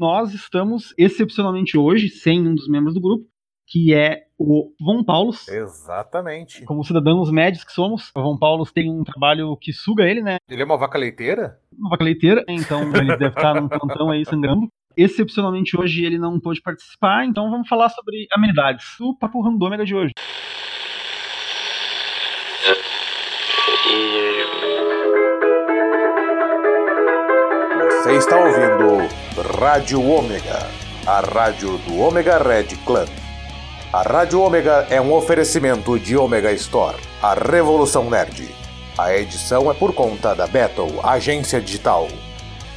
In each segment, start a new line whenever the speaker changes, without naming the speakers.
nós estamos excepcionalmente hoje sem um dos membros do grupo, que é o Von Paulus.
Exatamente.
Como cidadãos médios que somos, o Von Paulus tem um trabalho que suga ele, né?
Ele é uma vaca leiteira?
Uma vaca leiteira, então ele deve estar num plantão aí sangrando. Excepcionalmente hoje ele não pôde participar, então vamos falar sobre amenidades. O papo randômega de hoje.
Você está ouvindo Rádio Ômega, a rádio do Ômega Red Club. A Rádio Ômega é um oferecimento de Ômega Store, a revolução nerd. A edição é por conta da Battle, agência digital.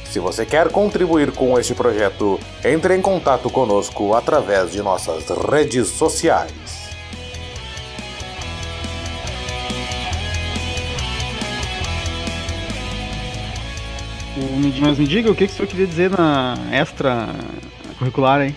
Se você quer contribuir com este projeto, entre em contato conosco através de nossas redes sociais.
Me- Mas me diga o que, que o senhor queria dizer na extra curricular, hein?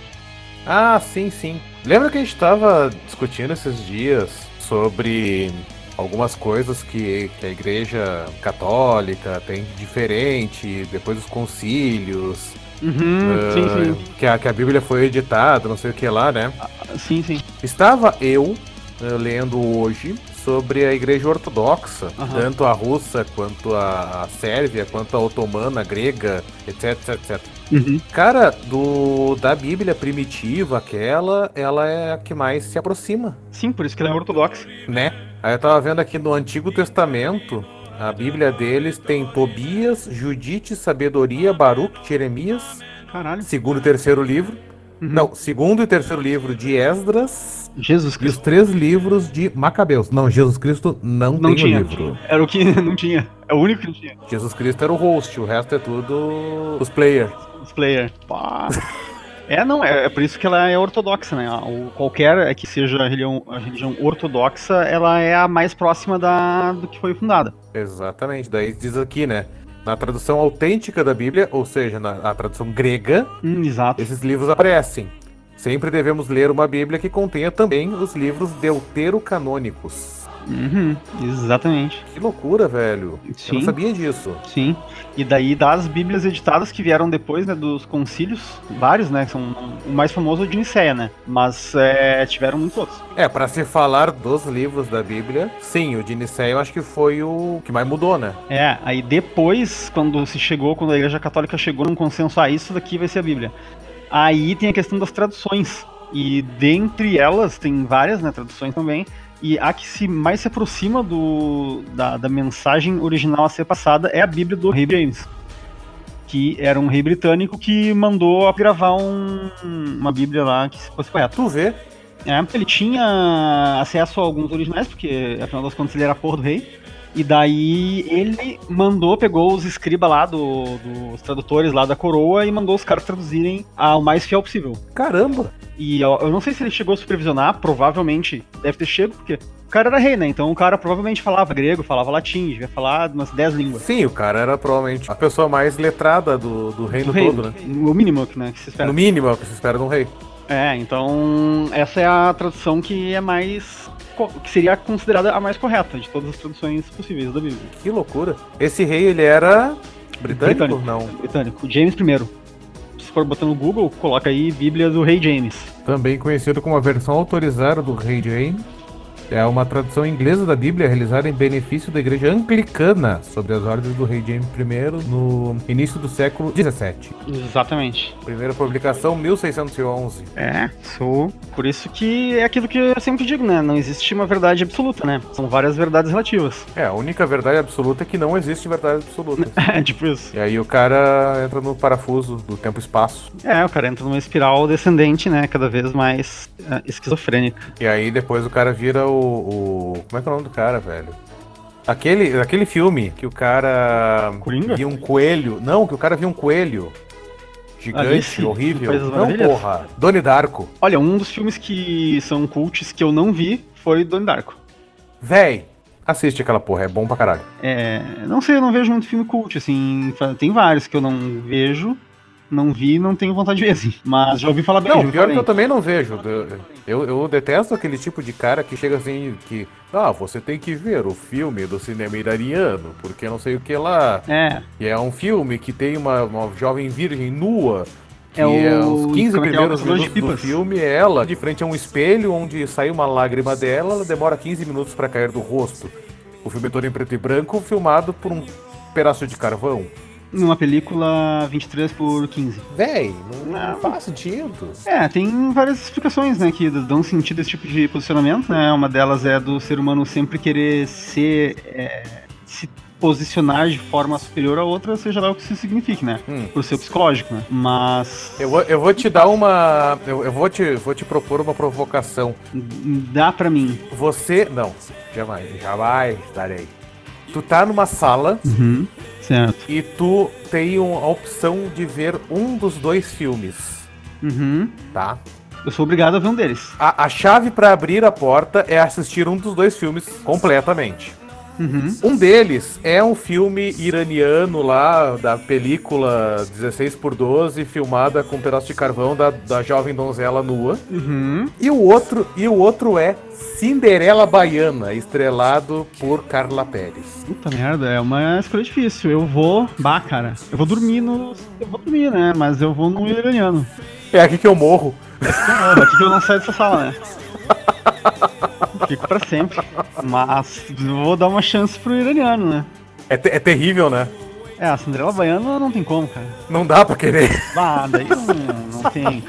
Ah, sim, sim. Lembra que a gente estava discutindo esses dias sobre algumas coisas que, que a igreja católica tem de diferente, depois dos concílios, ah,
Uhum, sim,
que, a, que a Bíblia foi editada, não sei o que lá, né?
sim. Sim, sim.
Estava eu eh, lendo hoje sobre a igreja ortodoxa,
Aham.
tanto a russa quanto a, a sérvia, quanto a otomana, a grega, etc, etc, etc.
Uhum.
Cara, do da Bíblia primitiva, aquela, ela é a que mais se aproxima,
Sim, por isso que ele é ortodoxo.
né? Aí eu tava vendo aqui no Antigo Testamento, a Bíblia deles tem Tobias, Judite, Sabedoria, Baruch, Jeremias,
Caralho.
segundo e terceiro livro.
Uhum.
Não, segundo e terceiro livro de Esdras
Jesus
e os
Cristo.
três livros de Macabeus. Não, Jesus Cristo não,
Não
tem
tinha.
o livro.
Era o que não tinha. É o único que não tinha.
Jesus Cristo era o host, o resto é tudo os players.
Os player. Pá. É, não, é, é por isso que ela é ortodoxa, né? A- O, qualquer que seja a religião, a religião ortodoxa, ela é a mais próxima da, do que foi fundada.
Exatamente, daí diz aqui, né? Na tradução autêntica da Bíblia, ou seja, na, na tradução grega,
Hum, exato.
esses livros aparecem. Sempre devemos ler uma Bíblia que contenha também os livros deuterocanônicos.
Uhum, exatamente.
Que loucura, velho. Eu não
Sim.
sabia disso.
Sim. E daí das Bíblias editadas que vieram depois, né, dos concílios, vários, né, que são o mais famoso é o de Nicéia, né? Mas é, tiveram muitos outros.
É, pra se falar dos livros da Bíblia, sim, o de Nicéia eu acho que foi o que mais mudou, né?
É, aí depois, quando se chegou, quando a Igreja Católica chegou num consenso, ah, isso daqui vai ser a Bíblia. Aí tem a questão das traduções. E dentre elas, tem várias né, traduções também. E a que se mais se aproxima do, da, da mensagem original a ser passada é a Bíblia do rei James. Que era um rei britânico que mandou gravar um- uma Bíblia lá que fosse correta.
Tu vê,
É, ele tinha acesso a alguns originais, porque afinal das contas ele era porra do rei. E daí ele mandou, pegou os escriba lá, do- dos tradutores lá da coroa, e mandou os caras traduzirem ao mais fiel possível.
caramba.
E eu, eu não sei se ele chegou a supervisionar, provavelmente deve ter chego, porque o cara era rei, né? Então o cara provavelmente falava grego, falava latim, devia falar umas 10 línguas.
Sim, o cara era provavelmente a pessoa mais letrada do, do reino
Do reino,
todo, né?
O mínimo que, né, que se espera.
No mínimo, é o que se espera de um rei.
É, então essa é a tradução que é mais. co- que seria considerada a mais correta de todas as traduções possíveis da Bíblia.
Que loucura. Esse rei, ele era britânico?
Britânico.
Não.
Britânico. James I. Se for botar no Google, coloca aí Bíblia do Rei James.
Também conhecido como a versão autorizada do rei James. É uma tradução inglesa da Bíblia realizada em benefício da igreja anglicana sob as ordens do rei James I no início do século XVII.
Exatamente.
Primeira publicação, 1611.
É, sou. Por isso que é aquilo que eu sempre digo, né? Não existe uma verdade absoluta, né? São várias verdades relativas.
É, a única verdade absoluta é que não existe verdade absoluta.
É, tipo isso.
E aí o cara entra no parafuso do tempo e espaço.
É, o cara entra numa espiral descendente, né? Cada vez mais é, esquizofrênica.
E aí depois o cara vira o. o- Como é que é o nome do cara, velho? Aquele, aquele filme que o cara
Coringa?
via um coelho. Não, que o cara via um coelho. Gigante,
Alice,
horrível.
País das
Não,
Maravilhas?
porra. Doni Darko.
Olha, um dos filmes que são cults que eu não vi foi Donnie Darko.
Véi, assiste aquela porra, é bom pra caralho.
É, não sei, eu não vejo muito filme cult, assim. fa- Tem vários que eu não vejo, não vi e não tenho vontade de ver, assim. Mas já ouvi falar bem. já
Não,
ouvi
pior
falar
que eu
bem.
também não vejo. Eu, eu detesto aquele tipo de cara que chega assim, que. Ah, você tem que ver o filme do cinema iraniano, porque não sei o que lá.
É,
E é um filme que tem uma, uma jovem virgem nua
É
e é,
o
os 15
como é que é? O
primeiros
Caçador de
minutos do
Pipas.
filme, ela, de frente a um espelho onde sai uma lágrima dela, ela demora 15 minutos pra cair do rosto. O filme é todo em preto e branco, filmado por um pedaço de carvão.
Numa película 23 por 15.
Véi, não, não
Não.
faz sentido.
É, tem várias explicações, né, que dão sentido a esse tipo de posicionamento, né? Uma delas é do ser humano sempre querer ser, é, se posicionar de forma superior a outra, seja lá o que isso signifique, né?
Hum.
Por ser psicológico, né? Mas
Eu vou, eu vou te dar uma. Eu, eu vou, te, vou te propor uma provocação.
dá pra mim.
Você. Não, jamais, jamais darei. Tu tá numa sala
Uhum. Certo.
e tu tem um- a opção de ver um dos dois filmes,
Uhum.
tá?
Eu sou obrigado a ver um deles.
A, a chave pra abrir a porta é assistir um dos dois filmes completamente.
Uhum.
Um deles é um filme iraniano lá, da película 16 por 12 filmada com um pedaço de carvão da, da jovem donzela nua.
Uhum.
E o outro, e o outro é Cinderela Baiana, estrelado por Carla Pérez.
Puta merda, é uma escolha difícil. Eu vou. Bah, cara. Eu vou dormir no. Eu vou dormir, né? Mas eu vou no iraniano.
É aqui que eu morro.
Caramba, aqui que eu não saio dessa sala, né? Fico pra sempre. Mas vou dar uma chance pro iraniano, né?
É, te- é terrível, né?
É, a Cinderela Baiana não tem como, cara.
Não dá pra querer.
Bah, daí não, não tem.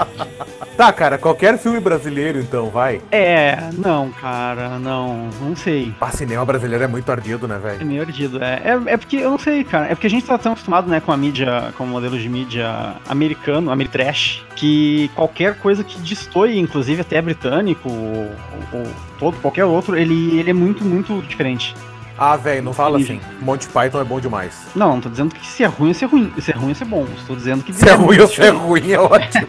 Tá, cara, qualquer filme brasileiro, então, vai.
É, não, cara, não. Não sei.
Ah, cinema brasileiro é muito ardido, né,
É
velho?
meio ardido. É, é, é porque, eu não sei, cara. É porque a gente tá tão acostumado, né, com a mídia, com o modelo de mídia americano, Ameritrash, que qualquer coisa que destoie, inclusive até britânico, ou, ou todo, qualquer outro, ele, ele é muito, muito diferente.
Ah, velho, não fala assim. Monty Python é bom demais.
Não, não tô dizendo que se é ruim, se é ruim. Se é ruim, se é bom. Estou dizendo que.
Se é ruim ou se é ruim, é ótimo.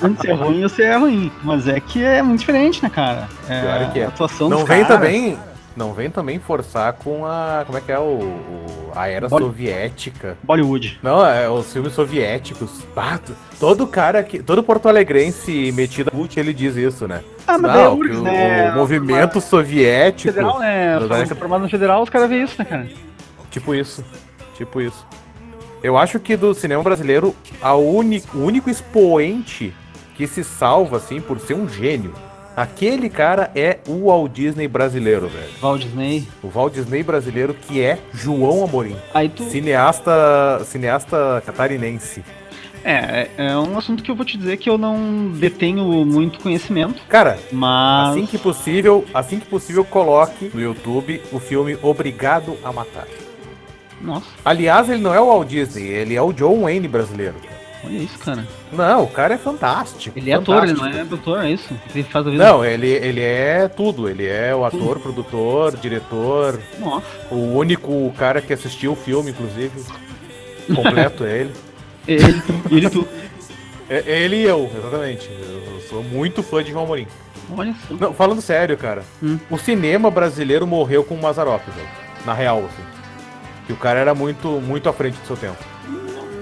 Tanto se é ruim ou se é ruim. Mas é que é muito diferente, né, cara? É,
Claro que é.
A atuação
Não
dos
vem
caras-
também. Não vem também forçar com a. Como é que é? O, o- a era
Bom-
soviética.
Bollywood.
Não, é os filmes soviéticos. Ah, t- todo cara que. Todo porto-alegrense metido a put, ele diz isso, né?
Ah, mas daí é
não, que
URGS,
o,
né?
o movimento soviético.
Federal, né?
Mas daí-
Você é formado no federal, os caras veem isso, né, cara?
Tipo isso. Tipo isso. Eu acho que do cinema brasileiro, a uni, o único expoente que se salva, assim, por ser um gênio. Aquele cara é o Walt Disney brasileiro, velho.
Walt Disney.
O Walt Disney brasileiro que é João Amorim.
Aí tu.
Cineasta, cineasta catarinense.
É, é é um assunto que eu vou te dizer que eu não detenho muito conhecimento,
Cara,
mas.
Assim que possível, assim que possível, coloque no YouTube o filme Obrigado a Matar.
Nossa,
Aliás, ele não é o Walt Disney, ele é o John Wayne brasileiro.
olha isso, cara.
Não, o cara é fantástico.
Ele é ator, ele
fantástico.
não é doutor, é isso? Ele faz a vida.
Não, ele, ele é tudo. Ele é o ator, produtor, diretor,
Nossa.
o único cara que assistiu o filme, inclusive. Completo é ele.
Ele, ele tu.
É, ele e eu, exatamente. Eu sou muito fã de João Amorim.
Olha só.
Não, falando sério, cara.
Hum.
O cinema brasileiro morreu com o Mazarop, velho. Na real, assim. Que o cara era muito, muito à frente do seu tempo.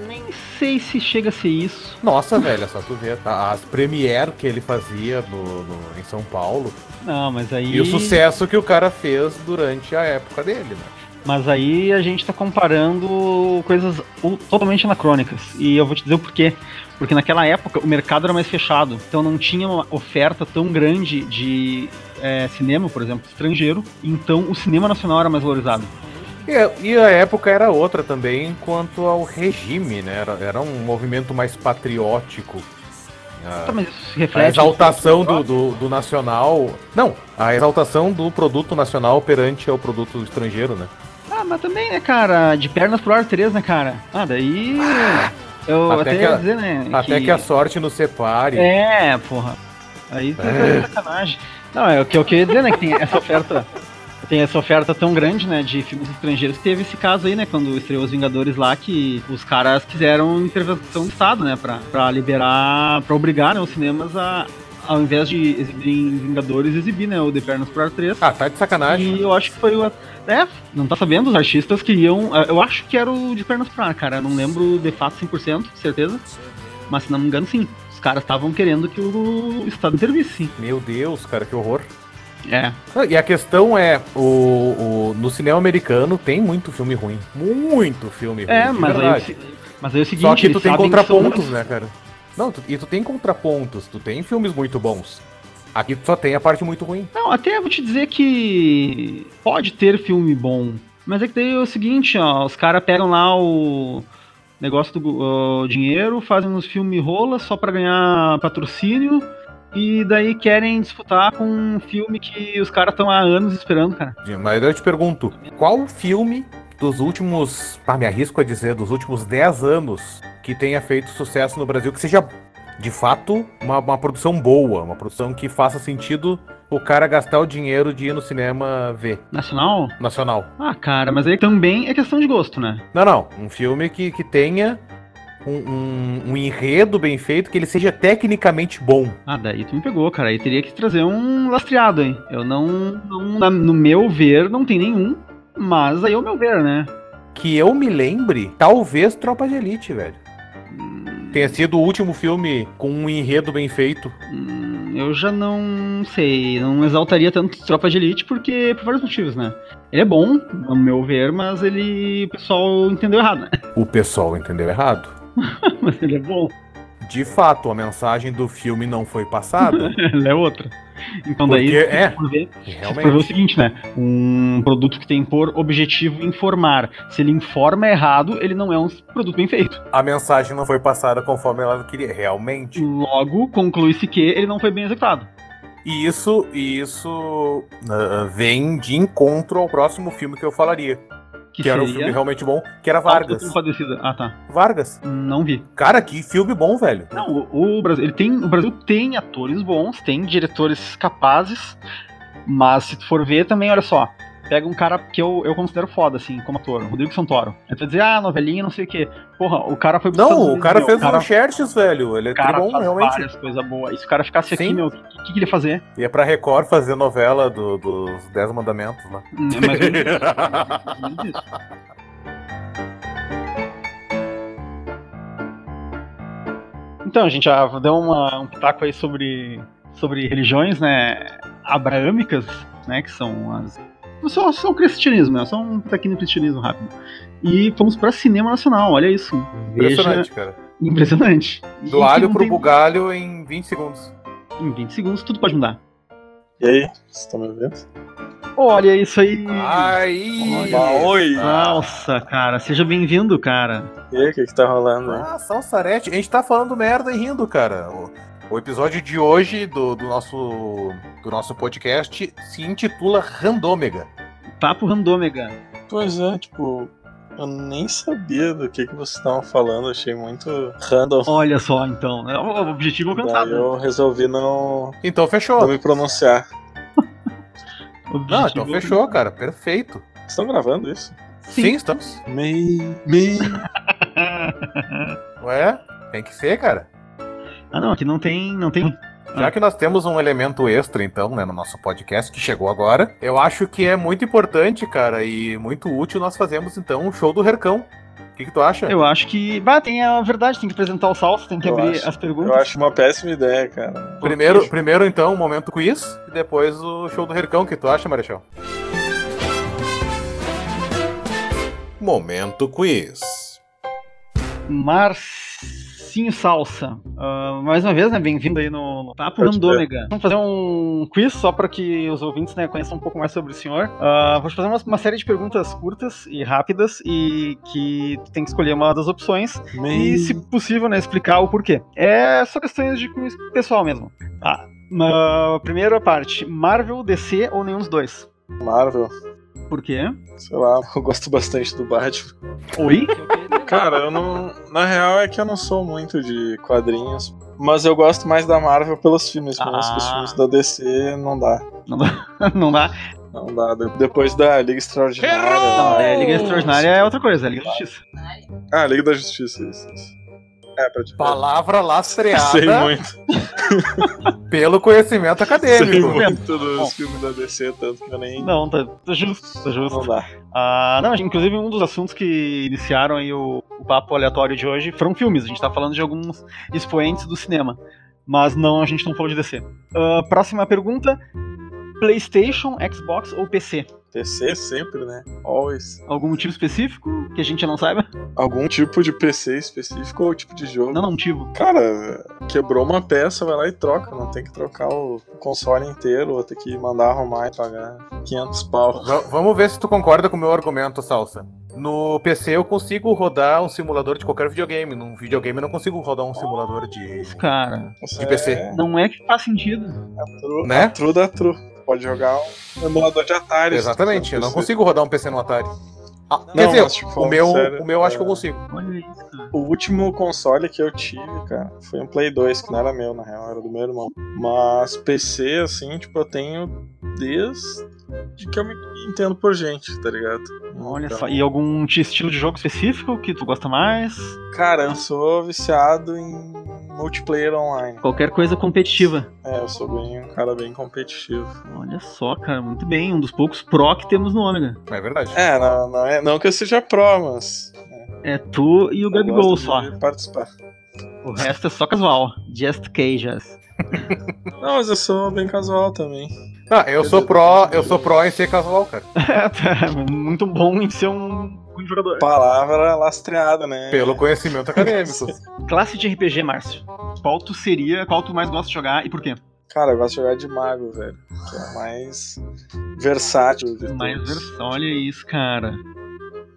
Nem sei se chega a ser isso.
Nossa, velho, é só tu ver. tá? As premiere que ele fazia no, no- em São Paulo.
Não, mas aí.
E o sucesso que o cara fez durante a época dele, né?
Mas aí a gente tá comparando coisas o- totalmente anacrônicas. E eu vou te dizer o porquê. Porque naquela época o mercado era mais fechado. Então não tinha uma oferta tão grande de é, cinema, por exemplo, estrangeiro. Então o cinema nacional era mais valorizado.
E, a- e a época era outra também quanto ao regime, né? Era, era um movimento mais patriótico. Ah.
Tá, mas isso se
A
reflete.
exaltação do, do, do nacional. Não, a exaltação do produto nacional perante ao produto estrangeiro, né?
Ah, mas também, né, cara? De pernas pro ar 3, né, cara? Ah, daí.
Ah.
Eu
Até
até,
que
ia
a-
dizer, né?
Até que a sorte nos separe.
É, porra. Aí você tá de sacanagem. Não, é o que eu queria dizer, né? Que tem essa oferta. Tem essa oferta tão grande, né, de filmes estrangeiros. Teve esse caso aí, né, quando estreou Os Vingadores lá, que os caras fizeram intervenção do Estado, né, pra, pra liberar, pra obrigar né, os cinemas a, ao invés de exibirem Vingadores, exibir, né, o The Pernas pro Ar 3.
Ah, tá de sacanagem.
E eu acho que foi o. É, não tá sabendo, os artistas queriam. é, Eu acho que era o de pernas pra ar, cara. eu Não lembro de fato 100%, certeza. Mas se não me engano, sim. Os caras estavam querendo que o Estado intervisse, sim.
Meu Deus, cara, que horror. Ah,
É.
E a questão é, o, o- no cinema americano tem muito filme ruim. Muito filme ruim.
É,
de
mas aí, o
verdade.
se- mas aí é o seguinte,
Só que tu
eles
tem
sabem que são
contrapontos, né, cara? Não, tu- e tu tem contrapontos, tu tem filmes muito bons. Aqui tu só tem a parte muito ruim.
Não, até vou te dizer que pode ter filme bom, mas é que daí é o seguinte, ó, os caras pegam lá o negócio do gu- o dinheiro, fazem uns filmes rola só pra ganhar patrocínio e daí querem disputar com um filme que os caras estão há anos esperando, cara.
Mas eu te pergunto, qual filme dos últimos, ah, me arrisco a dizer, dos últimos 10 anos que tenha feito sucesso no Brasil, que seja de fato uma, uma produção boa, uma produção que faça sentido o cara gastar o dinheiro de ir no cinema ver,
Nacional?
nacional.
Ah, cara, mas aí também é questão de gosto, né?
Não, não, um filme que, que tenha um, um- um enredo bem feito, que ele seja tecnicamente bom.
Ah, daí tu me pegou, cara. Aí teria que trazer um lastreado, hein? Eu não. não- na- no meu ver, não tem nenhum. Mas aí é o meu ver, né?
Que eu me lembre, talvez Tropa de Elite, velho. Tenha sido o último filme com um enredo bem feito.
Hum, eu já não sei. Não exaltaria tanto Tropa de Elite porque, por vários motivos, né? Ele é bom, no meu ver, mas ele. O pessoal entendeu errado, né?
O pessoal entendeu errado.
Mas ele é bom.
De fato, a mensagem do filme não foi passada.
ele é outro. Então daí.
Porque, é.
por ver- Pra ver o
Realmente.
seguinte, né? Um produto que tem por objetivo informar. Se ele informa errado, ele não é um produto bem feito.
A mensagem não foi passada conforme ela queria. Realmente.
Logo, conclui-se que ele não foi bem executado.
E isso, e isso ah, vem de encontro ao próximo filme que eu falaria. Que, era um filme realmente bom, que era Vargas.
Auto da Compadecida. Ah, tá.
Vargas.
Não vi.
Cara, que filme bom, velho.
Não, o, o Brasil, ele tem, o Brasil tem atores bons, tem diretores capazes, mas se tu for ver também, olha só, pega um cara que eu, eu considero foda, assim, como ator, Rodrigo Santoro. Aí tu vai dizer, ah, novelinha, não sei o quê. Porra, o cara foi... buscar
Não, o
dois
cara
mil,
fez
o cara,
um Xerxes, velho. Ele é
o cara
bom,
faz
realmente.
várias coisas boas. E se o cara ficasse aqui,
Sim.
meu, o que, que ele ia fazer?
Ia é pra Record fazer novela do- dos Dez Mandamentos né? lá.
Hum, é mais ou menos isso, é mais ou menos isso. Então, gente, ah, vou dar uma- um pitaco aí sobre, sobre religiões, né, abraâmicas, né, que são as... São, são cristianismo, né, só um pitaquinho no cristianismo rápido. E fomos pra cinema nacional, olha isso.
Impressionante, cara.
Veja, impressionante. E que
Do alho
não
pro
tem-
bugalho em 20 segundos.
Em 20 segundos tudo pode mudar.
E aí, vocês estão me ouvindo?
Olha isso aí.
Ah. Aí!
Oba, oi!
Nossa, cara, seja bem-vindo, cara.
E aí, o que que tá rolando aí?
Ah, Salsarete. A gente tá falando merda e rindo, cara. O, o episódio de hoje do, do nosso, do nosso podcast se intitula Randômega.
Papo randômega.
Pois é, tipo, eu nem sabia do que que vocês estavam falando, achei muito random.
Olha só, então. É o objetivo
Daí
alcançado.
eu né? resolvi não,
Então
não
fechou.
me pronunciar.
Objetivo
Não, então fechou, cara. Perfeito.
Vocês estão gravando isso?
Sim, estamos.
Mei, mei.
alcançado.
Ué, tem que ser, cara.
ah, não, aqui não tem. Não tem...
Já que nós temos um elemento extra, então, né, no nosso podcast que chegou agora, eu acho que é muito importante, cara, e muito útil nós fazemos, então, o show do Hercão. O que, que tu acha?
Eu acho que. Bah, tem a verdade, tem que apresentar o salso, tem que
Eu
abrir
acho-
as perguntas.
Eu acho uma péssima ideia, cara.
Primeiro, primeiro, então, o momento quiz, e depois o show do Hercão. O que tu acha, Marechal?
Momento quiz.
Marcinho Salsa. Ah, mais uma vez, né? Bem-vindo aí no, no Papo
Pode ser.
Randômega. Vamos fazer um quiz só para que os ouvintes né, conheçam um pouco mais sobre o senhor. Ah, vou te fazer uma, uma série de perguntas curtas e rápidas e que tu tem que escolher uma das opções.
Mei.
E, se possível, né, explicar o porquê. É só questões de cunho pessoal mesmo. Tá. Ma- primeira parte, Marvel, DC ou nenhum dos dois?
Marvel,
Por quê?
sei lá, eu gosto bastante do Batman.
Oi?
Cara, eu não. Na real é que eu não sou muito de quadrinhos. Mas eu gosto mais da Marvel pelos filmes, mesmo.
Ah.
Os filmes da DC não dá.
não dá.
Não dá. De- Depois da Liga Extraordinária.
Não,
lá,
é, Liga Extraordinária é outra coisa, é Liga da Justiça.
Ah, Liga da Justiça, isso. isso. É, pra te
Palavra
Eu Sei
lastreada
muito,
pelo conhecimento
sei
acadêmico.
muito
Bom.
dos filmes da DC, tanto que eu nem.
Não, tá, tá justo, tá justo.
Não dá.
Ah, não, inclusive um dos assuntos que iniciaram aí o, o papo aleatório de hoje foram filmes. A gente tá falando de alguns expoentes do cinema. Mas não, a gente não falou de DC. Ah, próxima pergunta. PlayStation, Xbox ou PC?
PC sempre, né? Always.
Algum motivo específico que a gente não saiba?
Algum tipo de PC específico ou tipo de jogo.
Não, não, motivo.
Cara, quebrou uma peça, vai lá e troca. Não tem que trocar o console inteiro, ou ter que mandar arrumar e pagar 500 pau.
Va- Vamos ver se tu concorda com o meu argumento, Salsa. No PC eu consigo rodar um simulador de qualquer videogame. Num videogame eu não consigo rodar um simulador de.
Cara,
Isso
De PC.
É,
não é que faz sentido.
é true,
Né?
né? true da true. Pode jogar um emulador de Atari. se
Exatamente,
tu
eu não
precisa.
consigo rodar um PC no Atari. Ah,
Não,
quer dizer,
mas, tipo,
o meu,
sério,
o meu eu acho que eu
é.
consigo.
Olha isso, cara.
O último console que eu tive, cara, foi um Play 2, que não era meu, na real, era do meu irmão. Mas PC, assim, tipo, eu tenho desde que eu me entendo por gente, tá ligado?
Olha
Então,
só. E algum t- estilo de jogo específico que tu gosta mais?
Cara, eu sou viciado em multiplayer online.
Qualquer coisa competitiva.
É, eu sou bem, um cara bem competitivo.
Olha só, cara, muito bem. Um dos poucos pró que temos no Ômega.
É verdade.
É, não, não, é, não que eu seja pró, mas.
É tu e o
eu
Gabigol
gosto
só.
de participar.
O resto é só casual. Just cages.
Não, mas eu sou bem casual também.
Não, eu sou pró, eu sou pró em ser casual, cara.
É, tá, muito bom em ser um bom jogador.
Palavra lastreada, né?
Pelo conhecimento acadêmico.
Classe de RPG, Márcio. Qual tu seria, qual tu mais gosta de jogar e por quê?
Cara, eu gosto de jogar de mago, velho. Que é mais versátil. de
Mais
todos.
versão, olha isso, cara.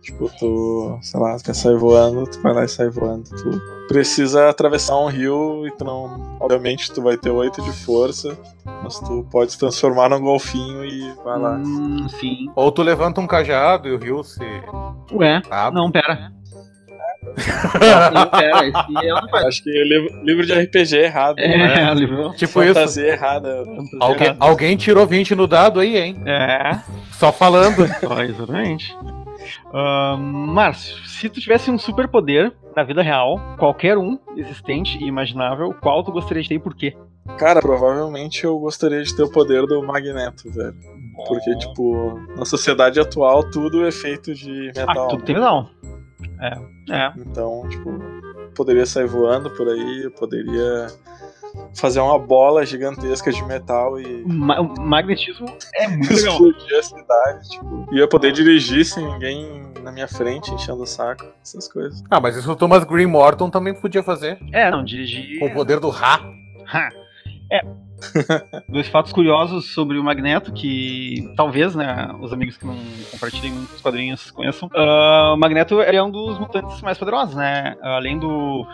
Tipo, tu, sei lá, tu quer sair voando, tu vai lá e sai voando. Tu precisa atravessar um rio e tu não. Obviamente tu vai ter oito de força, mas tu pode se transformar num golfinho e vai lá.
Hum, sim.
Ou tu levanta um cajado e o rio se
Ué,
abre.
não, pera. Tá Não, pera, esse é uma-
Acho que é livro, livro de RPG errado. né?
É, livro.
Tipo
Fantasia é tá
isso.
errada.
Alguém, alguém tirou 20 no dado aí, hein?
É,
Só falando.
ó, exatamente. Ah, Márcio, se tu tivesse um superpoder na vida real, qualquer um existente e imaginável, qual tu gostaria de ter e por quê?
Cara, provavelmente eu gostaria de ter o poder do Magneto, velho. Porque, tipo, na sociedade atual tudo é feito de metal.
Ah, tudo
né?
tem não. É, é.
Então, tipo, poderia sair voando por aí, eu poderia fazer uma bola gigantesca de metal e
Ma- o magnetismo é muito legal.
explodir a cidade, tipo. E eu poder dirigir sem ninguém na minha frente, enchendo o saco, essas coisas.
Ah, mas isso o Thomas Green Morton também podia fazer.
É, não, dirigir.
Com o poder do Ra.
Ha. É. Dois fatos curiosos sobre o Magneto, que talvez, né, os amigos que não compartilhem muito os quadrinhos conheçam. Ah, o Magneto ele é um dos mutantes mais poderosos, né? Além do...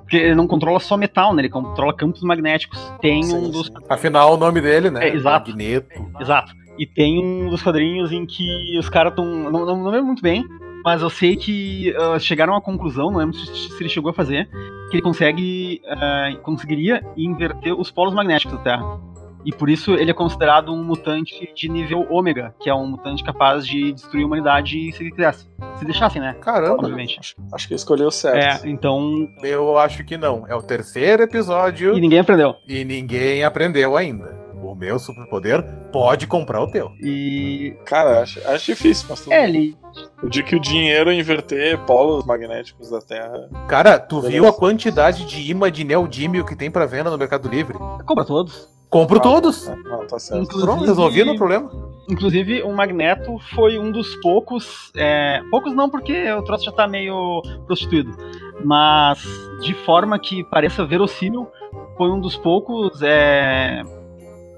Porque ele não controla só metal, né? Ele controla campos magnéticos. Tem um
Sim,
dos...
sim.
Afinal, o nome dele, né?
É, exato.
Magneto.
Exato. E tem um dos quadrinhos em que os caras estão... Não, não, não lembro muito bem, mas eu sei que ah, chegaram à conclusão, não lembro se, se ele chegou a fazer, que ele consegue, ah, conseguiria inverter os polos magnéticos da Terra. E por isso ele é considerado um mutante de nível ômega, que é um mutante capaz de destruir a humanidade se ele quisesse. Se deixassem, né?
Caramba,
Obviamente.
Acho, acho que eu escolhi o certo.
É, então.
eu acho que não. É o terceiro episódio
E ninguém aprendeu.
e ninguém aprendeu ainda. O meu superpoder pode comprar o teu.
E.
Cara, acho, acho difícil, mas tudo
É,
bem.
ele
O dia que o dinheiro inverter polos magnéticos da Terra. né,
Cara, tu
Beleza.
viu a quantidade de imã de neodímio que tem pra venda no Mercado Livre?
compra todos.
Compro
Ah,
todos.
né? Não, tá certo.
Inclusive-
Pronto, resolvido o problema.
Inclusive, o Magneto foi um dos poucos. é, poucos não, porque o troço já tá meio prostituído. Mas, de forma que pareça verossímil, foi um dos poucos é,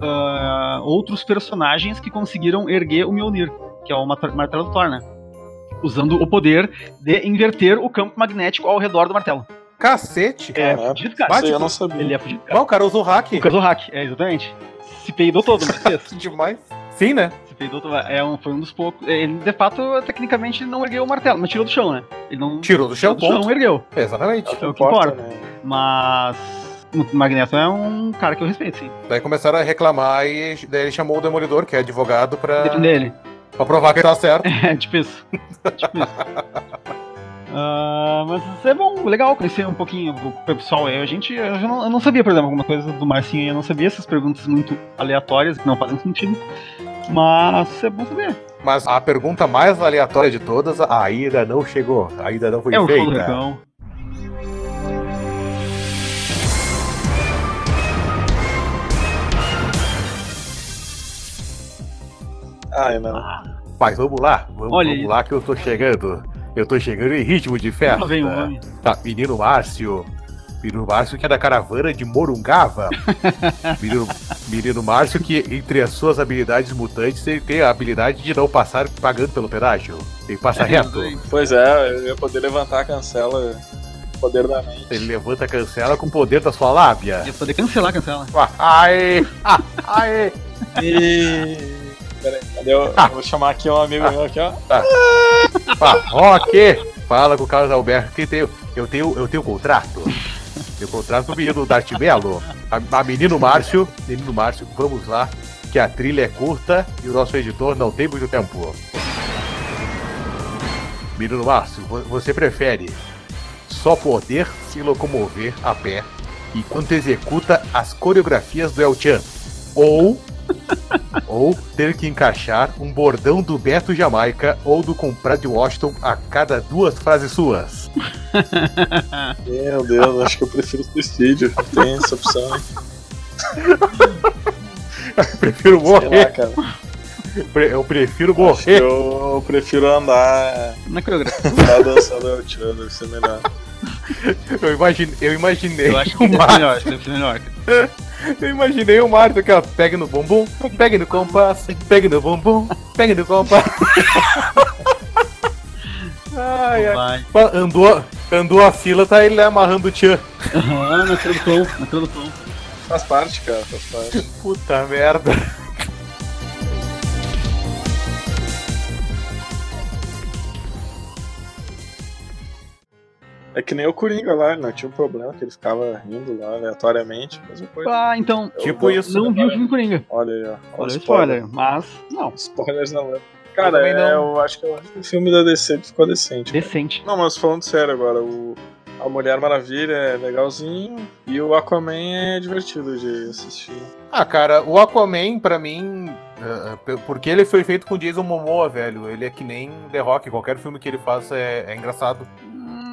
ah, outros personagens que conseguiram erguer o Mjolnir, que é o matra- martelo do Thor, né? Usando o poder de inverter o campo magnético ao redor do martelo.
Cacete.
É,
Caraca.
fudido, cara.
Isso aí eu não sabia.
Ele é fudido, cara.
Mas o cara usa o hack.
O Kazohak, é, exatamente. Se peidou todo, mas fez.
Que demais. Sim, né?
Se peidou, tu vai- é um, foi um dos poucos. Ele, de fato, tecnicamente, ele não ergueu o martelo, mas tirou do chão, né? Ele não.
Tirou do chão,
do chão,
ponto.
ergueu.
Exatamente.
É o que
Importa,
importa.
né?
Mas. O Magneto é um cara que eu respeito, sim.
Daí começaram a reclamar e daí ele chamou o Demolidor, que é advogado, pra,
Depende dele.
pra provar que ele tá certo.
É, tipo isso. Tipo isso. Ah, mas é bom, legal conhecer um pouquinho do pessoal. Eu, a gente, eu, já não, eu não sabia, por exemplo, alguma coisa do Marcinho. aí, Eu não sabia essas perguntas muito aleatórias que não fazem sentido. Mas é bom saber.
Mas a pergunta mais aleatória de todas ainda não chegou. Ainda não foi
é o show do
feita.
Recão.
Ai, não.
Mas vamos lá, vamos,
Olha
vamos
isso.
lá que eu tô chegando. Eu tô chegando em ritmo de festa.
Lá vem o homem.
Tá, menino Márcio. Menino Márcio que é da caravana de Morungava. menino, menino Márcio que, entre as suas habilidades mutantes, ele tem a habilidade de não passar pagando pelo pedágio. Ele passa reto.
Pois é, eu ia poder levantar a cancela. Poder da mente.
Ele levanta a cancela com o poder da sua lábia.
Ia poder cancelar, cancela.
Ah, Aê! ah, Aê!
E. Peraí, cadê o-
Ah.
Vou chamar aqui um amigo meu aqui, ó.
Ah, Rock! Fala com o Carlos Alberto que tem, eu tenho eu tenho contrato. Tenho contrato com o menino Dart Melo. A, a menino Márcio, menino Márcio, vamos lá, que a trilha é curta e o nosso editor não tem muito tempo. Menino Márcio, vo- você prefere só poder se locomover a pé enquanto executa as coreografias do El Chan? Ou ou ter que encaixar um bordão do Beto Jamaica ou do Comprado de Washington a cada duas frases suas.
Meu Deus, acho que eu prefiro suicídio. Tem essa opção. hein?
Prefiro
Sei lá,
morrer.
cara.
Pre- Eu prefiro
Acho
morrer.
que eu prefiro andar,
Na coreografia.
andar dançando El Chan, deve ser é melhor.
Eu imaginei, eu imaginei,
Eu acho que
o
deve ser melhor,
Márcio,
acho que deve ser melhor.
eu imaginei o Márcio que ó, pegue no bumbum, pegue no compasso, pegue no bumbum, pegue no compasso. Ai, ai.
Vai.
Pa- Andou, andou a fila, tá ele lá amarrando o tchan.
Ah, na tradução, na tradução.
Faz parte, cara, faz parte.
Puta merda.
É que nem o Coringa lá, não tinha um problema que ele ficava rindo lá aleatoriamente. Mesma coisa.
Ah, então.
Tipo isso.
Não vi o filme Coringa.
Olha aí, ó. Olha
Olha
o
o
spoiler.
spoiler, mas. Não,
Spoilers na lata. Cara,
também
é, eu,
não.
acho que é o único filme da DC que ficou decente.
decente.
Não, mas falando sério agora, o a Mulher Maravilha é legalzinho e o Aquaman é divertido de assistir.
Ah, cara, o Aquaman, pra mim, ah, pe- porque ele foi feito com Jason Momoa, velho. Ele é que nem The Rock, qualquer filme que ele faça é, é engraçado.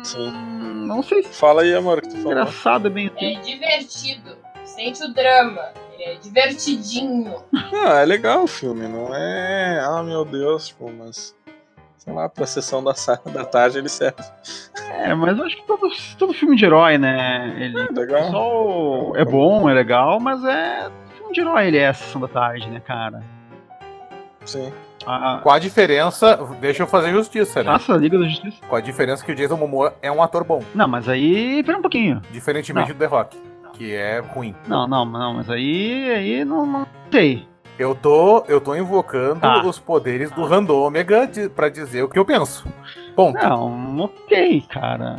Sim.
Hum, Não sei se
Fala aí, amor, que tu falou.
engraçado é bem.
É divertido. Sente o drama. Ele é divertidinho.
Ah, é legal o filme, não é. Ah, meu Deus, tipo, mas. Sei lá, pra sessão da, sa- da tarde ele serve.
É, mas eu acho que todo, todo filme de herói, né? Ele
Legal.
só o- é bom, é legal, mas é. Filme de herói ele é a sessão da tarde, né, cara?
Sim.
A, a,
Com a diferença, deixa eu fazer justiça, né?
Nossa, Liga da Justiça.
Com a diferença que o Jason Momoa é um ator bom,
Não, mas aí. Pera um pouquinho.
diferentemente do The Rock, que é ruim.
Não, não, não, mas aí. Aí não, não sei.
Eu tô, eu tô invocando
Tá.
os poderes do Randômega de, pra dizer o que eu penso. Ponto.
Ah. Não, ok, cara.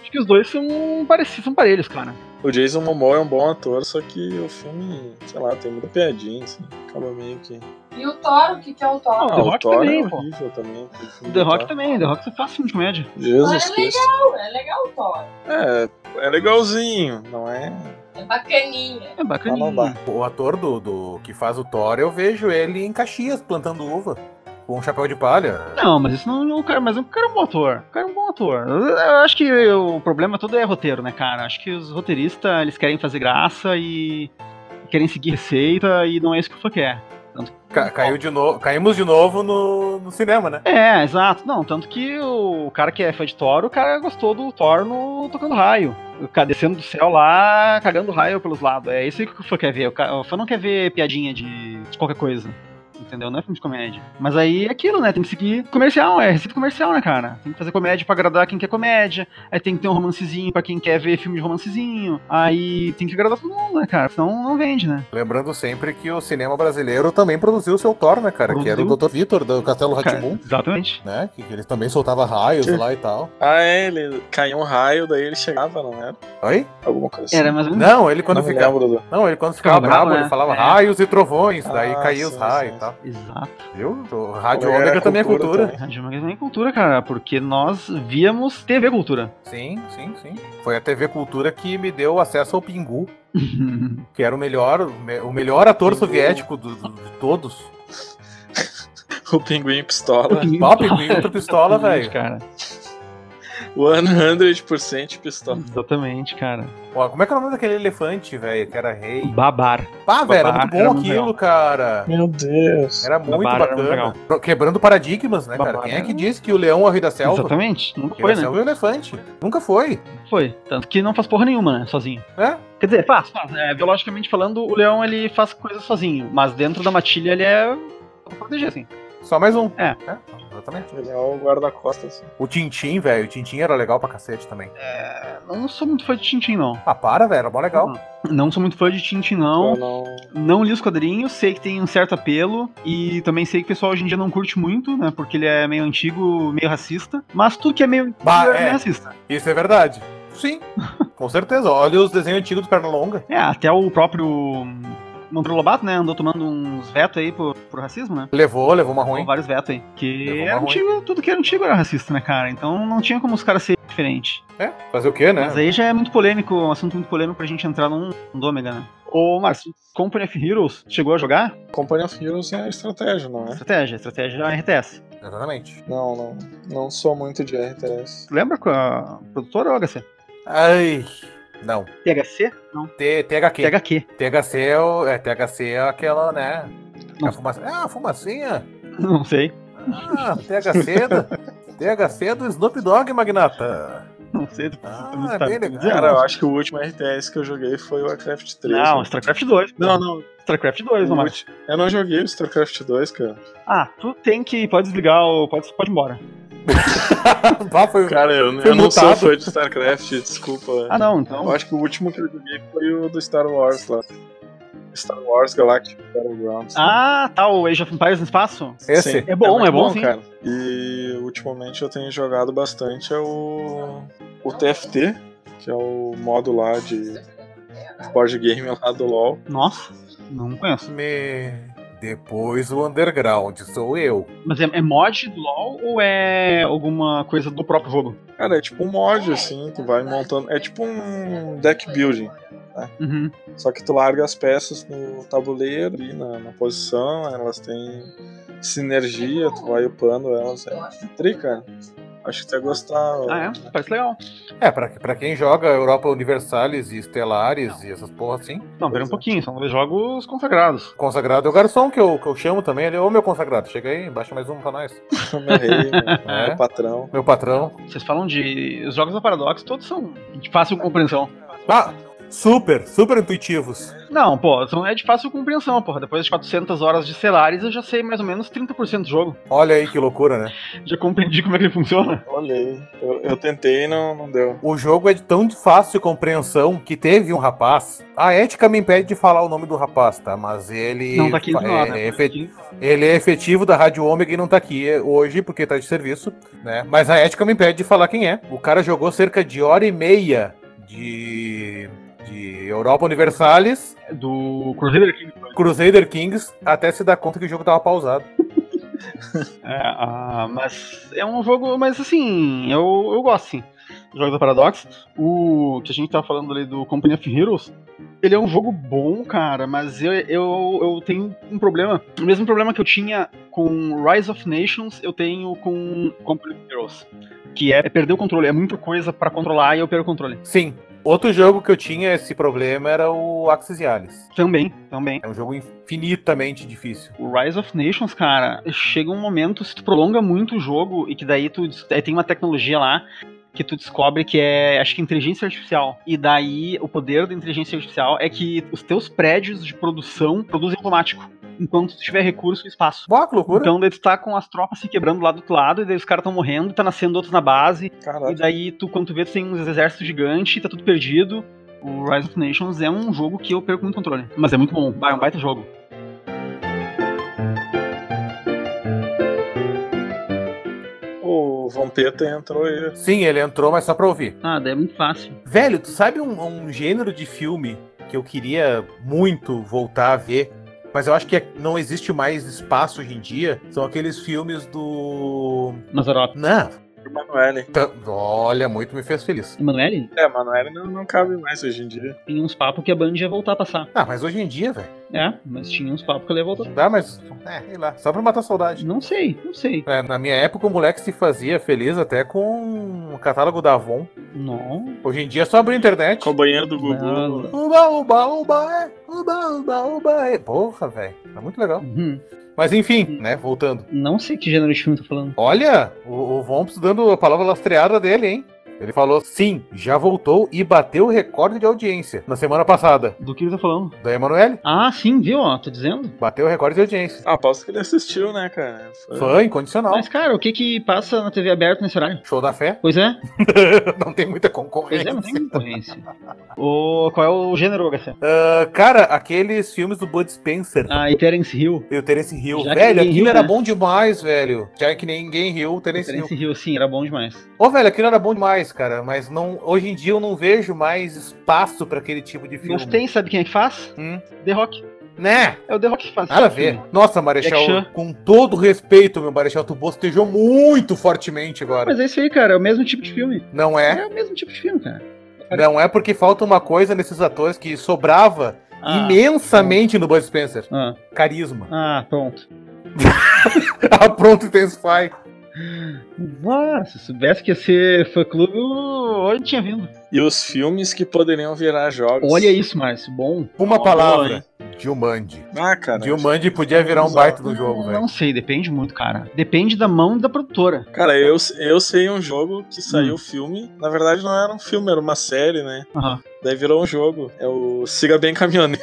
acho que os dois são parecidos, são parelhos, cara.
O Jason Momoa é um bom ator, só que o filme, sei lá, tem muita piadinha, assim. Acaba meio que.
E o Toro, o que, que é o Toro?
The Rock também,
é
pô.
horrível também. o filme
The
do
Rock
Thor.
também, The Rock você faz filme de comédia.
Jesus
Ah, é
Cristo.
Não, é legal o Toro.
É, é legalzinho, não é?
É bacaninha.
É
Mas
bacaninha.
não dá.
O ator do, do que faz o Thor, eu vejo ele em Caxias plantando uva com um chapéu de palha.
Não, mas isso não, não cara, mas o cara é um bom ator. O cara é um bom ator. Eu, eu acho que o problema todo é roteiro, né, cara? Acho que os roteiristas, eles querem fazer graça e querem seguir receita e não é isso que o fã quer.
Ca- caiu de novo, caímos de novo no, no cinema, né?
É, exato. Não, tanto que o cara que é fã de Thor, o cara gostou do Thor no tocando raio. O cara descendo do céu lá, cagando raio pelos lados. É isso que o fã quer ver. O, ca- o fã não quer ver piadinha de, de qualquer coisa. Entendeu? Não é filme de comédia. Mas aí é aquilo, né? Tem que seguir comercial, é receita comercial, né, cara? Tem que fazer comédia pra agradar quem quer comédia. Aí tem que ter um romancezinho pra quem quer ver filme de romancezinho. Aí tem que agradar todo mundo, né, cara? Senão não vende, né?
Lembrando sempre que o cinema brasileiro também produziu o seu Thor, né, cara? Que era o Dr. Vitor, do Castelo
Cara,
Ratimbum,
exatamente.
né? Que, que ele também soltava raios lá e tal.
Ah, é, ele caiu um raio, daí ele chegava, não era?
Oi?
Alguma coisa assim.
Era mais ou menos.
Não, ele quando
não me
ficava.
lembro, Dudu.
Não, ele quando ficava
Hum. Ficava
bravo,
bravo,
ele
né?
falava
É.
raios e trovões, daí
Ah,
caía os
sim,
raios
sim,
e tal.
Exato.
Viu? O Rádio
Era
Ômega também é cultura.
também.
Rádio Magazine é cultura, cara, porque nós víamos TV Cultura.
Sim, sim, sim. Foi a TV Cultura que me deu acesso ao Pingu, que era o melhor, o me- o melhor ator
Pingu.
soviético do- do- de todos.
O pinguim pistola.
Ó, Pingu e outra pistola, velho.
Cara.
100% pistola.
Exatamente, cara.
Ó, como é que é o nome daquele elefante, velho? Que era rei.
Babar.
Pá, velho, era
Babá,
muito bom
era muito
aquilo,
legal.
cara.
Meu Deus.
Era muito
Babá, era muito
bacana. Quebrando paradigmas, né, cara?
Babá,
Quem é
era-
que disse que o leão é o rei da selva?
Exatamente. Nunca
O rei
foi,
da
né?
selva é o elefante. Nunca foi.
Foi. Tanto que não faz porra nenhuma, né? Sozinho.
É?
Quer dizer, faz, faz. né? biologicamente falando, o leão ele faz coisas sozinho, mas dentro da matilha ele é pra proteger, assim.
Só mais um.
É.
exatamente.
Ele é o guarda-costas.
O Tintim, velho. O Tintim era legal pra cacete também.
Eu É, não sou muito fã de Tintin, não.
Ah, para, velho. Era mó
Uhum.
legal.
Não sou muito fã de Tintin, não.
Eu não.
Não li os quadrinhos, sei que tem um certo apelo e também sei que o pessoal hoje em dia não curte muito, né? Porque ele é meio antigo, meio racista. Mas tudo que é meio antigo
Bah,
é,
é.
meio racista.
Isso é verdade. Sim. Com certeza. Olha os desenhos antigos do Pernalonga.
É, até o próprio Monteiro Lobato, né? Andou tomando uns vetos aí por, por racismo, né?
Levou, levou uma
Tomou
ruim.
vários vetos aí. Que
Levou uma
era
ruim.
antigo, tudo que era antigo era racista, né, cara? Então não tinha como os caras serem diferentes.
É, fazer o quê, né?
Mas aí já é muito polêmico, um assunto muito polêmico pra gente entrar num, num Dômega, né? Ô, Márcio, Company of Heroes chegou a jogar?
Company of Heroes é estratégia, não é?
Estratégia, estratégia RTS.
Exatamente.
Não, não. Não sou muito de RTS.
Tu lembra com a produtora ou HC?
Ai. Não.
THC? Não.
T THQ.
THQ.
THC é, o, é, THC é aquela, né?
Não.
A fumaça, é a fumacinha.
Não sei.
Ah, THC do, THC é do Snoop Dogg, Magnata.
Não sei. Tu,
Ah,
tu não
é
sabe
bem
o que
legal.
dizer,
Cara,
não.
eu acho que o último RTS que eu joguei foi o Warcraft 3.
Não,
né?
StarCraft 2.
não, não.
StarCraft 2, não
o
mais.
ulti- Eu não joguei o StarCraft 2, cara.
Ah, tu tem que. Pode desligar o. Pode, pode ir embora.
Pá, foi,
Cara, eu,
Foi
eu não sou
mutado.
fã de StarCraft, desculpa.
Ah, não, então.
Eu acho que o último que eu joguei foi o do Star Wars lá. Star Wars Galactic Battlegrounds.
Ah, tá. O Age of Empires no espaço?
esse?
Sim.
É bom,
muito
é bom, sim.
cara. E ultimamente eu tenho jogado bastante é o, o TFT, que é o modo lá de board game lá do LoL.
Nossa, não conheço.
Me... Depois o Underground, sou eu.
Mas é, é mod do LoL ou é alguma coisa do próprio jogo?
Cara, é tipo um mod assim, tu vai montando. É tipo um deck building.
Uhum.
Só que tu larga as peças no tabuleiro ali na, na posição, elas têm sinergia, tu vai upando elas. É tri, cara. Acho que tu ia gostar. ó.
Ah, é? Parece legal.
É, pra, pra quem joga Europa Universalis e Estelares e essas porra assim,
Não, pera um pouquinho, são dois jogos consagrados.
consagrado é o garçom que eu, que eu chamo também. Ele, ô meu consagrado, chega aí, baixa mais um pra nós.
Meu rei, meu,
É?
meu patrão.
Meu patrão.
Vocês falam de. Os jogos da Paradox todos são de fácil compreensão.
Ah, super, super intuitivos.
Não, pô, são- é de fácil compreensão, porra. Depois de 400 horas de Celares, eu já sei mais ou menos 30% do jogo.
Olha aí que loucura, né?
Já compreendi como é que ele funciona.
Olhei. Eu, eu tentei e não, não deu.
O jogo é de tão de fácil compreensão que teve um rapaz. A ética me impede de falar o nome do rapaz, tá? Mas ele.
Não tá aqui
é,
do lado, né?
é efe- Ele é efetivo da Rádio Ômega e não tá aqui hoje porque tá de serviço, né? Mas a ética me impede de falar quem é. O cara jogou cerca de hora e meia de. de Europa Universalis,
Do Crusader King.
Crusader Kings, até se dar conta que o jogo tava pausado.
É, ah, mas é um jogo, mas assim, eu, eu gosto sim. Jogos da Paradox. O que a gente tava falando ali do Company of Heroes. Ele é um jogo bom, cara, mas eu, eu, eu tenho um problema. O mesmo problema que eu tinha com Rise of Nations, eu tenho com Company of Heroes. Que é perder o controle. É muita coisa pra controlar e eu perco o controle.
Sim. Outro jogo que eu tinha esse problema era o Axis e Alice.
Também, também.
É um jogo infinitamente difícil.
O Rise of Nations, cara, chega um momento, se tu prolonga muito o jogo, e que daí tu des- aí tem uma tecnologia lá que tu descobre que é, acho que inteligência artificial. E daí o poder da inteligência artificial é que os teus prédios de produção produzem automático, enquanto tu tiver recurso e espaço.
Boa, que loucura.
Então daí tu tá com as tropas se quebrando lá do outro lado, e daí os caras tão morrendo, tá nascendo outros na base, e
Caralho.
daí tu, quando tu vê, tu tem uns exércitos gigantes, tá tudo perdido. O Rise of Nations é um jogo que eu perco muito controle. Mas é muito bom, vai, é um baita jogo.
O Vampeta entrou aí.
Sim, ele entrou, mas só pra ouvir.
Ah, daí é muito fácil.
Velho, tu sabe um, um gênero de filme que eu queria muito voltar a ver, mas eu acho que é, não existe mais espaço hoje em dia? São aqueles filmes do.
Mazarop.
Não,
Emanuele.
Tá- Olha, muito me fez feliz.
Emanuele,
É, Emanuele não, não cabe mais hoje em dia.
tem uns papos que a Band ia voltar a passar.
Ah, mas hoje em dia, velho.
É, mas tinha uns papos que ela ia voltar.
Dá, mas. É, sei lá. Só pra matar a saudade.
Não sei, não sei.
É, na minha época, o moleque se fazia feliz até com o catálogo da Avon.
Não.
Hoje em dia é só abrir a internet.
Com o banheiro do Gugu.
Não.
Uba, uba, uba, é. Uba, uba, uba, é. Porra, velho. Tá muito legal.
Uhum.
Mas enfim, né? Voltando.
Não sei que gênero de filme tá falando.
Olha, o, o Vomps dando a palavra lastreada dele, hein? Ele falou sim, já voltou e bateu o recorde de audiência na semana passada.
Do que ele tá falando?
Da Emanuele,
Ah, sim, viu? Ó, tô dizendo.
bateu o recorde de audiência.
Ah, aposto que ele assistiu, né, cara? Foi-
Fã incondicional.
É. Mas, cara, o que que passa na TV aberta nesse horário?
Show da fé.
Pois é,
Não tem muita
pois é,
concorrência.
não tem concorrência.
Ô, qual é o gênero, HC?
Ah, cara, aqueles filmes do Bud Spencer
Ah, e Terence Hill.
e o Terence Hill.
Já que
velho,
ninguém
aquilo
riu,
era
né?
bom demais, velho. Já que ninguém riu, o Terence, Hill.
Terence Hill, sim, era bom demais.
Ô, velho, aquilo era bom demais, cara. Mas não, hoje em dia eu não vejo mais espaço pra aquele tipo de filme.
Mas tem, sabe quem é que faz?
Hum.
The Rock.
Né?
É o The Rock que faz.
Nada a
esse
ver.
filme.
Nossa, Marechal,
Jack Chan.
com todo respeito, meu Marechal, tu bostejou muito fortemente agora.
Mas é isso aí, cara, é o mesmo tipo de filme.
Não
É,
é?
o mesmo tipo de filme, cara.
Não é porque falta uma coisa nesses atores que sobrava
Ah,
imensamente no Bud Spencer.
ah,
Carisma.
ah, pronto.
Ah, pronto, Intensify.
Ah, se soubesse que ia ser fã-clube, eu hoje tinha vindo.
E os filmes que poderiam virar jogos.
Olha isso, Márcio, bom.
Uma
Uma
palavra. Dilmandi.
Ah, cara.
Dilmandi podia virar um baita do jogo,
Não,
velho.
sei, depende muito, cara. Depende da mão da produtora.
Cara, eu, eu sei um jogo que saiu o filme. Na verdade, não era um filme, era uma série, né?
Aham.
Daí virou um jogo. É o Siga Bem Caminhoneiro.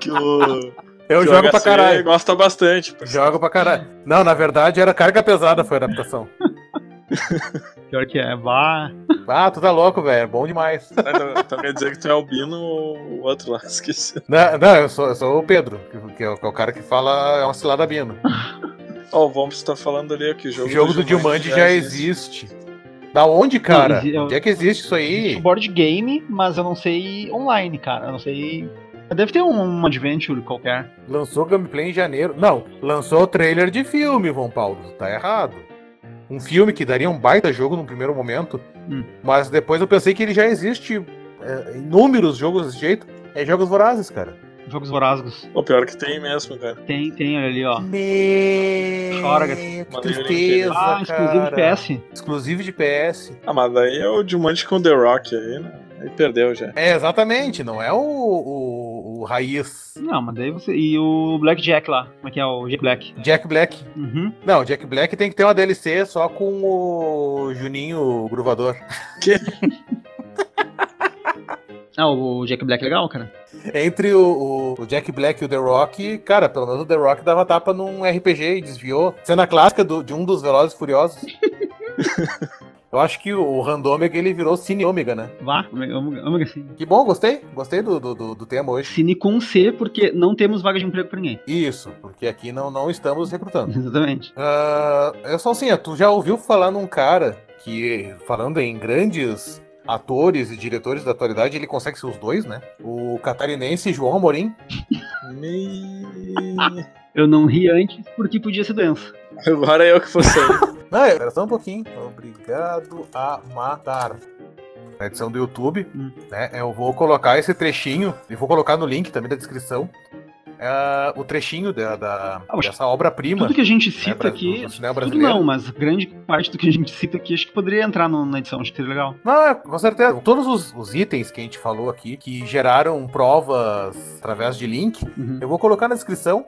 que o,
Eu
que o
É um jogo pra
HC
caralho.
gosta bastante. por sinal.
Jogo pra caralho. Não, na verdade era carga pesada foi a adaptação.
Pior que é, vá.
Ah, tu tá louco, velho. Bom demais.
Então- Então quer dizer que tu é albino ou o outro lá, esqueci.
Não, não, eu, sou, eu sou o Pedro, que, que é o, que é o cara que fala é uma cilada bina.
Ó, o Vomps tá falando ali ó, que o
O
jogo,
jogo do Dilmandi já existe. Da onde, cara?
exi-
Onde é que existe isso
Existe um
aí?
board game, mas eu não sei online, cara. Eu não sei. Deve ter um, um adventure qualquer.
Lançou gameplay em janeiro. Não, lançou o trailer de filme, Vão Paulo. Tá errado. Um filme que daria um baita jogo no primeiro momento,
Hum.
mas depois eu pensei que ele já existe é, inúmeros jogos desse jeito. É jogos vorazes, cara.
Jogos Vorazgos.
O pior que tem mesmo, cara.
Tem, tem, olha
Tá.
ali, ó.
Meu,
Chora,
que
Mano,
tristeza,
Ah, exclusivo de
cara.
PS.
Exclusivo de PS.
Ah, mas daí é o Dilmante com o The Rock aí, né? Aí perdeu já.
É, exatamente, não é o, o, o raiz
Não, mas daí você. E o Blackjack lá. Como é que é o Jack Black?
Jack Black.
Uhum.
Não, Jack Black tem que ter uma DLC só com o Juninho Gruvador.
Ah, o Jack Black é legal, cara.
Entre o, o- o Jack Black e o The Rock, cara, pelo menos o The Rock dava tapa num RPG e desviou. Cena clássica do- de um dos Velozes e Furiosos. Eu acho que o Randômega ele virou Cine Ômega, né?
Vá, ômega ômega sim.
Que bom, gostei. Gostei do, do, do- do tema hoje.
Cine com C, porque não temos vaga de emprego pra ninguém.
Isso, porque aqui não, não estamos recrutando.
Exatamente.
Ah, eu só assim, tu já ouviu falar num cara que, falando em grandes atores e diretores da atualidade, ele consegue ser os dois, né? O catarinense João Amorim.
Me...
Eu não ri antes porque podia ser doença.
Agora é eu que vou sair.
Não, era só um pouquinho. Obrigado a matar. Na edição do YouTube,
Hum.
né? Eu vou colocar esse trechinho e vou colocar no link também da descrição. ah, o trechinho da, da-
Ah, mas
dessa obra-prima.
Tudo que a gente
né,
cita
bra-
aqui. é
do cinema
Tudo
brasileiro.
não, mas grande parte do que a gente cita aqui acho que poderia entrar no- na edição, acho que seria legal.
Ah, com certeza. Todos os, os itens que a gente falou aqui, que geraram provas através de link,
Uhum.
eu vou colocar na descrição.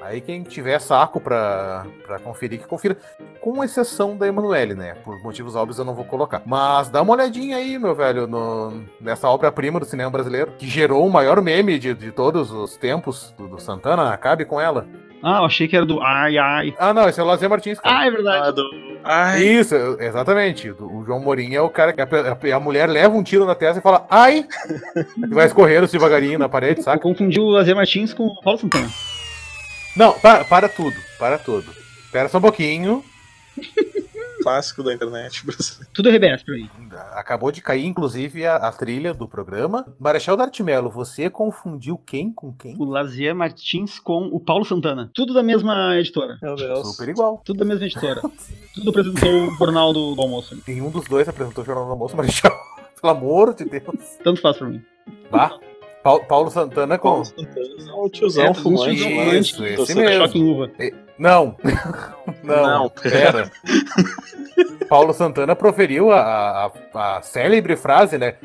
Aí quem tiver saco pra, pra conferir, que confira. Com exceção da Emanuele, né? Por motivos óbvios eu não vou colocar. Mas dá uma olhadinha aí, meu velho, no- nessa obra-prima do cinema brasileiro, que gerou o maior meme de, de todos os tempos do, do Santana. Acabe com ela.
Ah, eu achei que era do ai, ai.
Ah, não, esse é o Lazer Martins. cara.
Ah, é verdade.
Ah, do... Ai,
Isso, exatamente. O João Morim é o cara que a, pe- a mulher leva um tiro na testa e fala, ai! e vai escorrendo devagarinho na parede,
Eu
saca?
confundi o Lazer Martins com o Paulo Santana.
Não, para, para tudo, para tudo. Espera só um pouquinho.
clássico da internet brasileira.
é
Tudo arrebenta pra mim.
Acabou de cair, inclusive, a, a trilha do programa. Marechal Dartimelo, você confundiu quem com quem?
O Lazier Martins com o Paulo Santana.
Tudo da mesma editora.
Meu Deus.
Super igual.
Tudo da mesma editora. Tudo apresentou o jornal do, do almoço. ali.
Nenhum dos dois apresentou o Jornal do Almoço, Marechal. Pelo amor de Deus.
Tanto faz pra mim.
Bah. Pau- Paulo Santana com.
O tiozão
É,
fumante.
isso,
lá,
esse
torcedor.
mesmo.
Choque em uva.
Não. Não.
Não,
pera. Paulo Santana proferiu a, a, a célebre frase, né?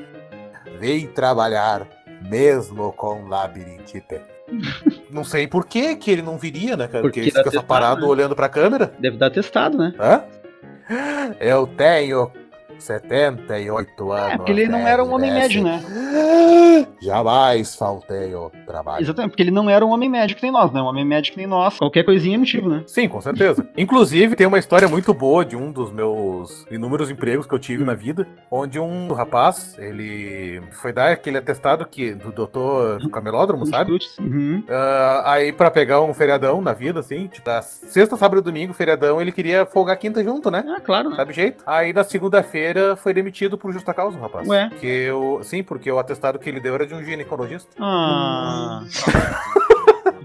Vem trabalhar mesmo com labirintite. Não sei por que que ele não viria, né, cara?
Porque
Porque, ele fica
tá
só parado olhando pra câmera.
Deve dar testado, né?
Hã? Eu tenho 78 anos.
É, porque ele não
né,
era um homem
merece.
médio, né?
Jamais faltei ao
Ah,
trabalho.
Exatamente, porque ele não era um homem médio que nem nós, né? Um homem médio que nem nós. Qualquer coisinha é motivo, né?
Sim, com certeza. Inclusive, tem uma história muito boa de um dos meus inúmeros empregos que eu tive na vida, onde um rapaz, ele foi dar aquele atestado que do doutor do camelódromo, sabe?
Uhum.
Ah, aí pra pegar um feriadão na vida, assim, tipo, da sexta, sábado e domingo, feriadão, ele queria folgar quinta junto, né?
Ah, claro, né?
Sabe jeito? Aí na segunda-feira foi demitido por justa causa, o rapaz.
Ué.
Que eu, sim, porque o atestado que ele deu era de um ginecologista.
Ah,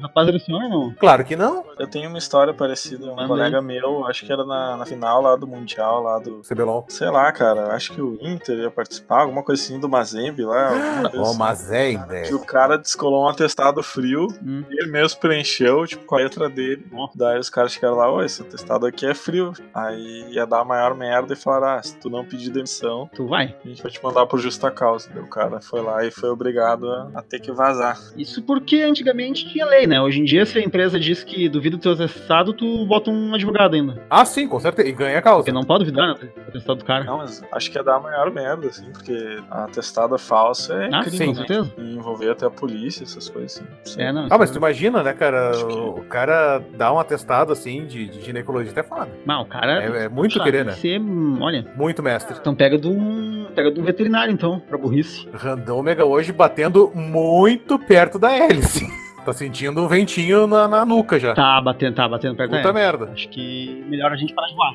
Rapaz, era senhor, não?
Claro que não,
Eu tenho uma história parecida. Um
Também.
colega meu, acho que era na, na final lá do Mundial, lá do.
CBLOL.
Sei lá, cara. Acho que o Inter ia participar, alguma coisa assim do Mazembe lá. alguma coisa
Ô,
assim.
mas é, né? ainda.
Que o cara descolou um atestado frio,
Hum.
e ele mesmo preencheu, tipo, com a letra dele. Daí os caras chegaram lá, ô, esse atestado aqui é frio. Aí ia dar a maior merda e falaram, ah, se tu não pedir demissão,
Tu vai.
a gente vai te mandar por justa causa. Daí o cara foi lá e foi obrigado a, a ter que vazar.
Isso porque antigamente tinha lei, né? Hoje em dia, se a empresa diz que duvida do teu atestado, tu bota um advogado ainda.
Ah, sim, com certeza. E ganha a causa.
Porque não pode duvidar, né? do Atestado do cara.
Não, mas acho que ia dar a maior merda, assim, porque a atestada falsa é
Ah,
crime,
sim, com
né?
certeza.
E envolver até a polícia, essas coisas assim. Sim.
É, não.
Ah, mas tu imagina, né, cara?
Acho que-
O cara dá um atestado assim de, de ginecologista é foda.
Mal, o cara.
É, é muito
Ah,
querer,
tem
né?
que ser, hum, olha,
Muito mestre.
então pega de um. Pega de um veterinário, então, pra burrice.
Randômega hoje batendo muito perto da hélice. Tá sentindo um ventinho na, na nuca já.
Tá batendo, tá batendo perto
Puta
da hélice.
merda.
Acho que melhor a gente parar de voar.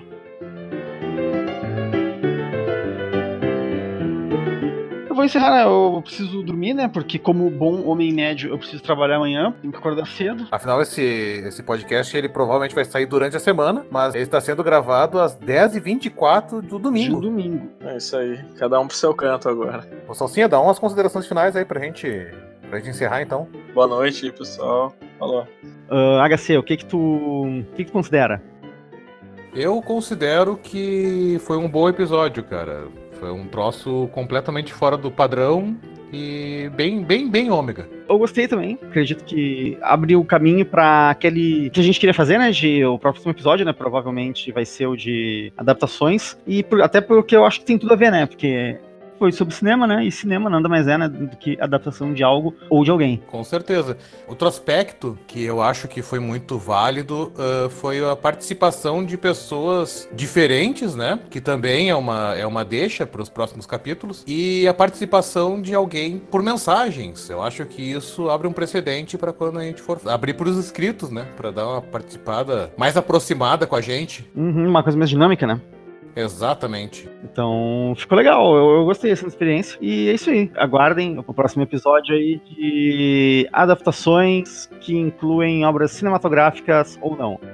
eu vou encerrar, né? eu preciso dormir, né? Porque, como bom homem médio, eu preciso trabalhar amanhã, tenho que acordar cedo.
Afinal, esse, esse podcast ele provavelmente vai sair durante a semana, mas ele está sendo gravado às 10h24 do
De
domingo.
domingo.
É isso aí. Cada um pro seu canto agora.
Ô, Salsinha, dá umas considerações finais aí pra gente, pra gente encerrar então.
Boa noite aí, pessoal. Falou.
Ah, HC, o que que tu. O que que tu considera?
Eu considero que foi um bom episódio, cara. Foi um troço completamente fora do padrão e bem, bem, bem ômega.
Eu gostei também. Acredito que abriu o caminho pra aquele que a gente queria fazer, né? De o próximo episódio, né? Provavelmente vai ser o de adaptações. E por- até porque eu acho que tem tudo a ver, né? Porque foi sobre cinema, né? E cinema nada mais é, né? Do que adaptação de algo ou de alguém.
Com certeza. Outro aspecto que eu acho que foi muito válido ah, foi a participação de pessoas diferentes, né? Que também é uma, é uma deixa para os próximos capítulos. E a participação de alguém por mensagens. Eu acho que isso abre um precedente para quando a gente for abrir para os inscritos, né? Para dar uma participada mais aproximada com a gente.
Uhum, uma coisa mais dinâmica, né?
Exatamente.
Então, ficou legal. Eu, eu gostei dessa experiência. E é isso aí. Aguardem o próximo episódio aí de adaptações que incluem obras cinematográficas ou não.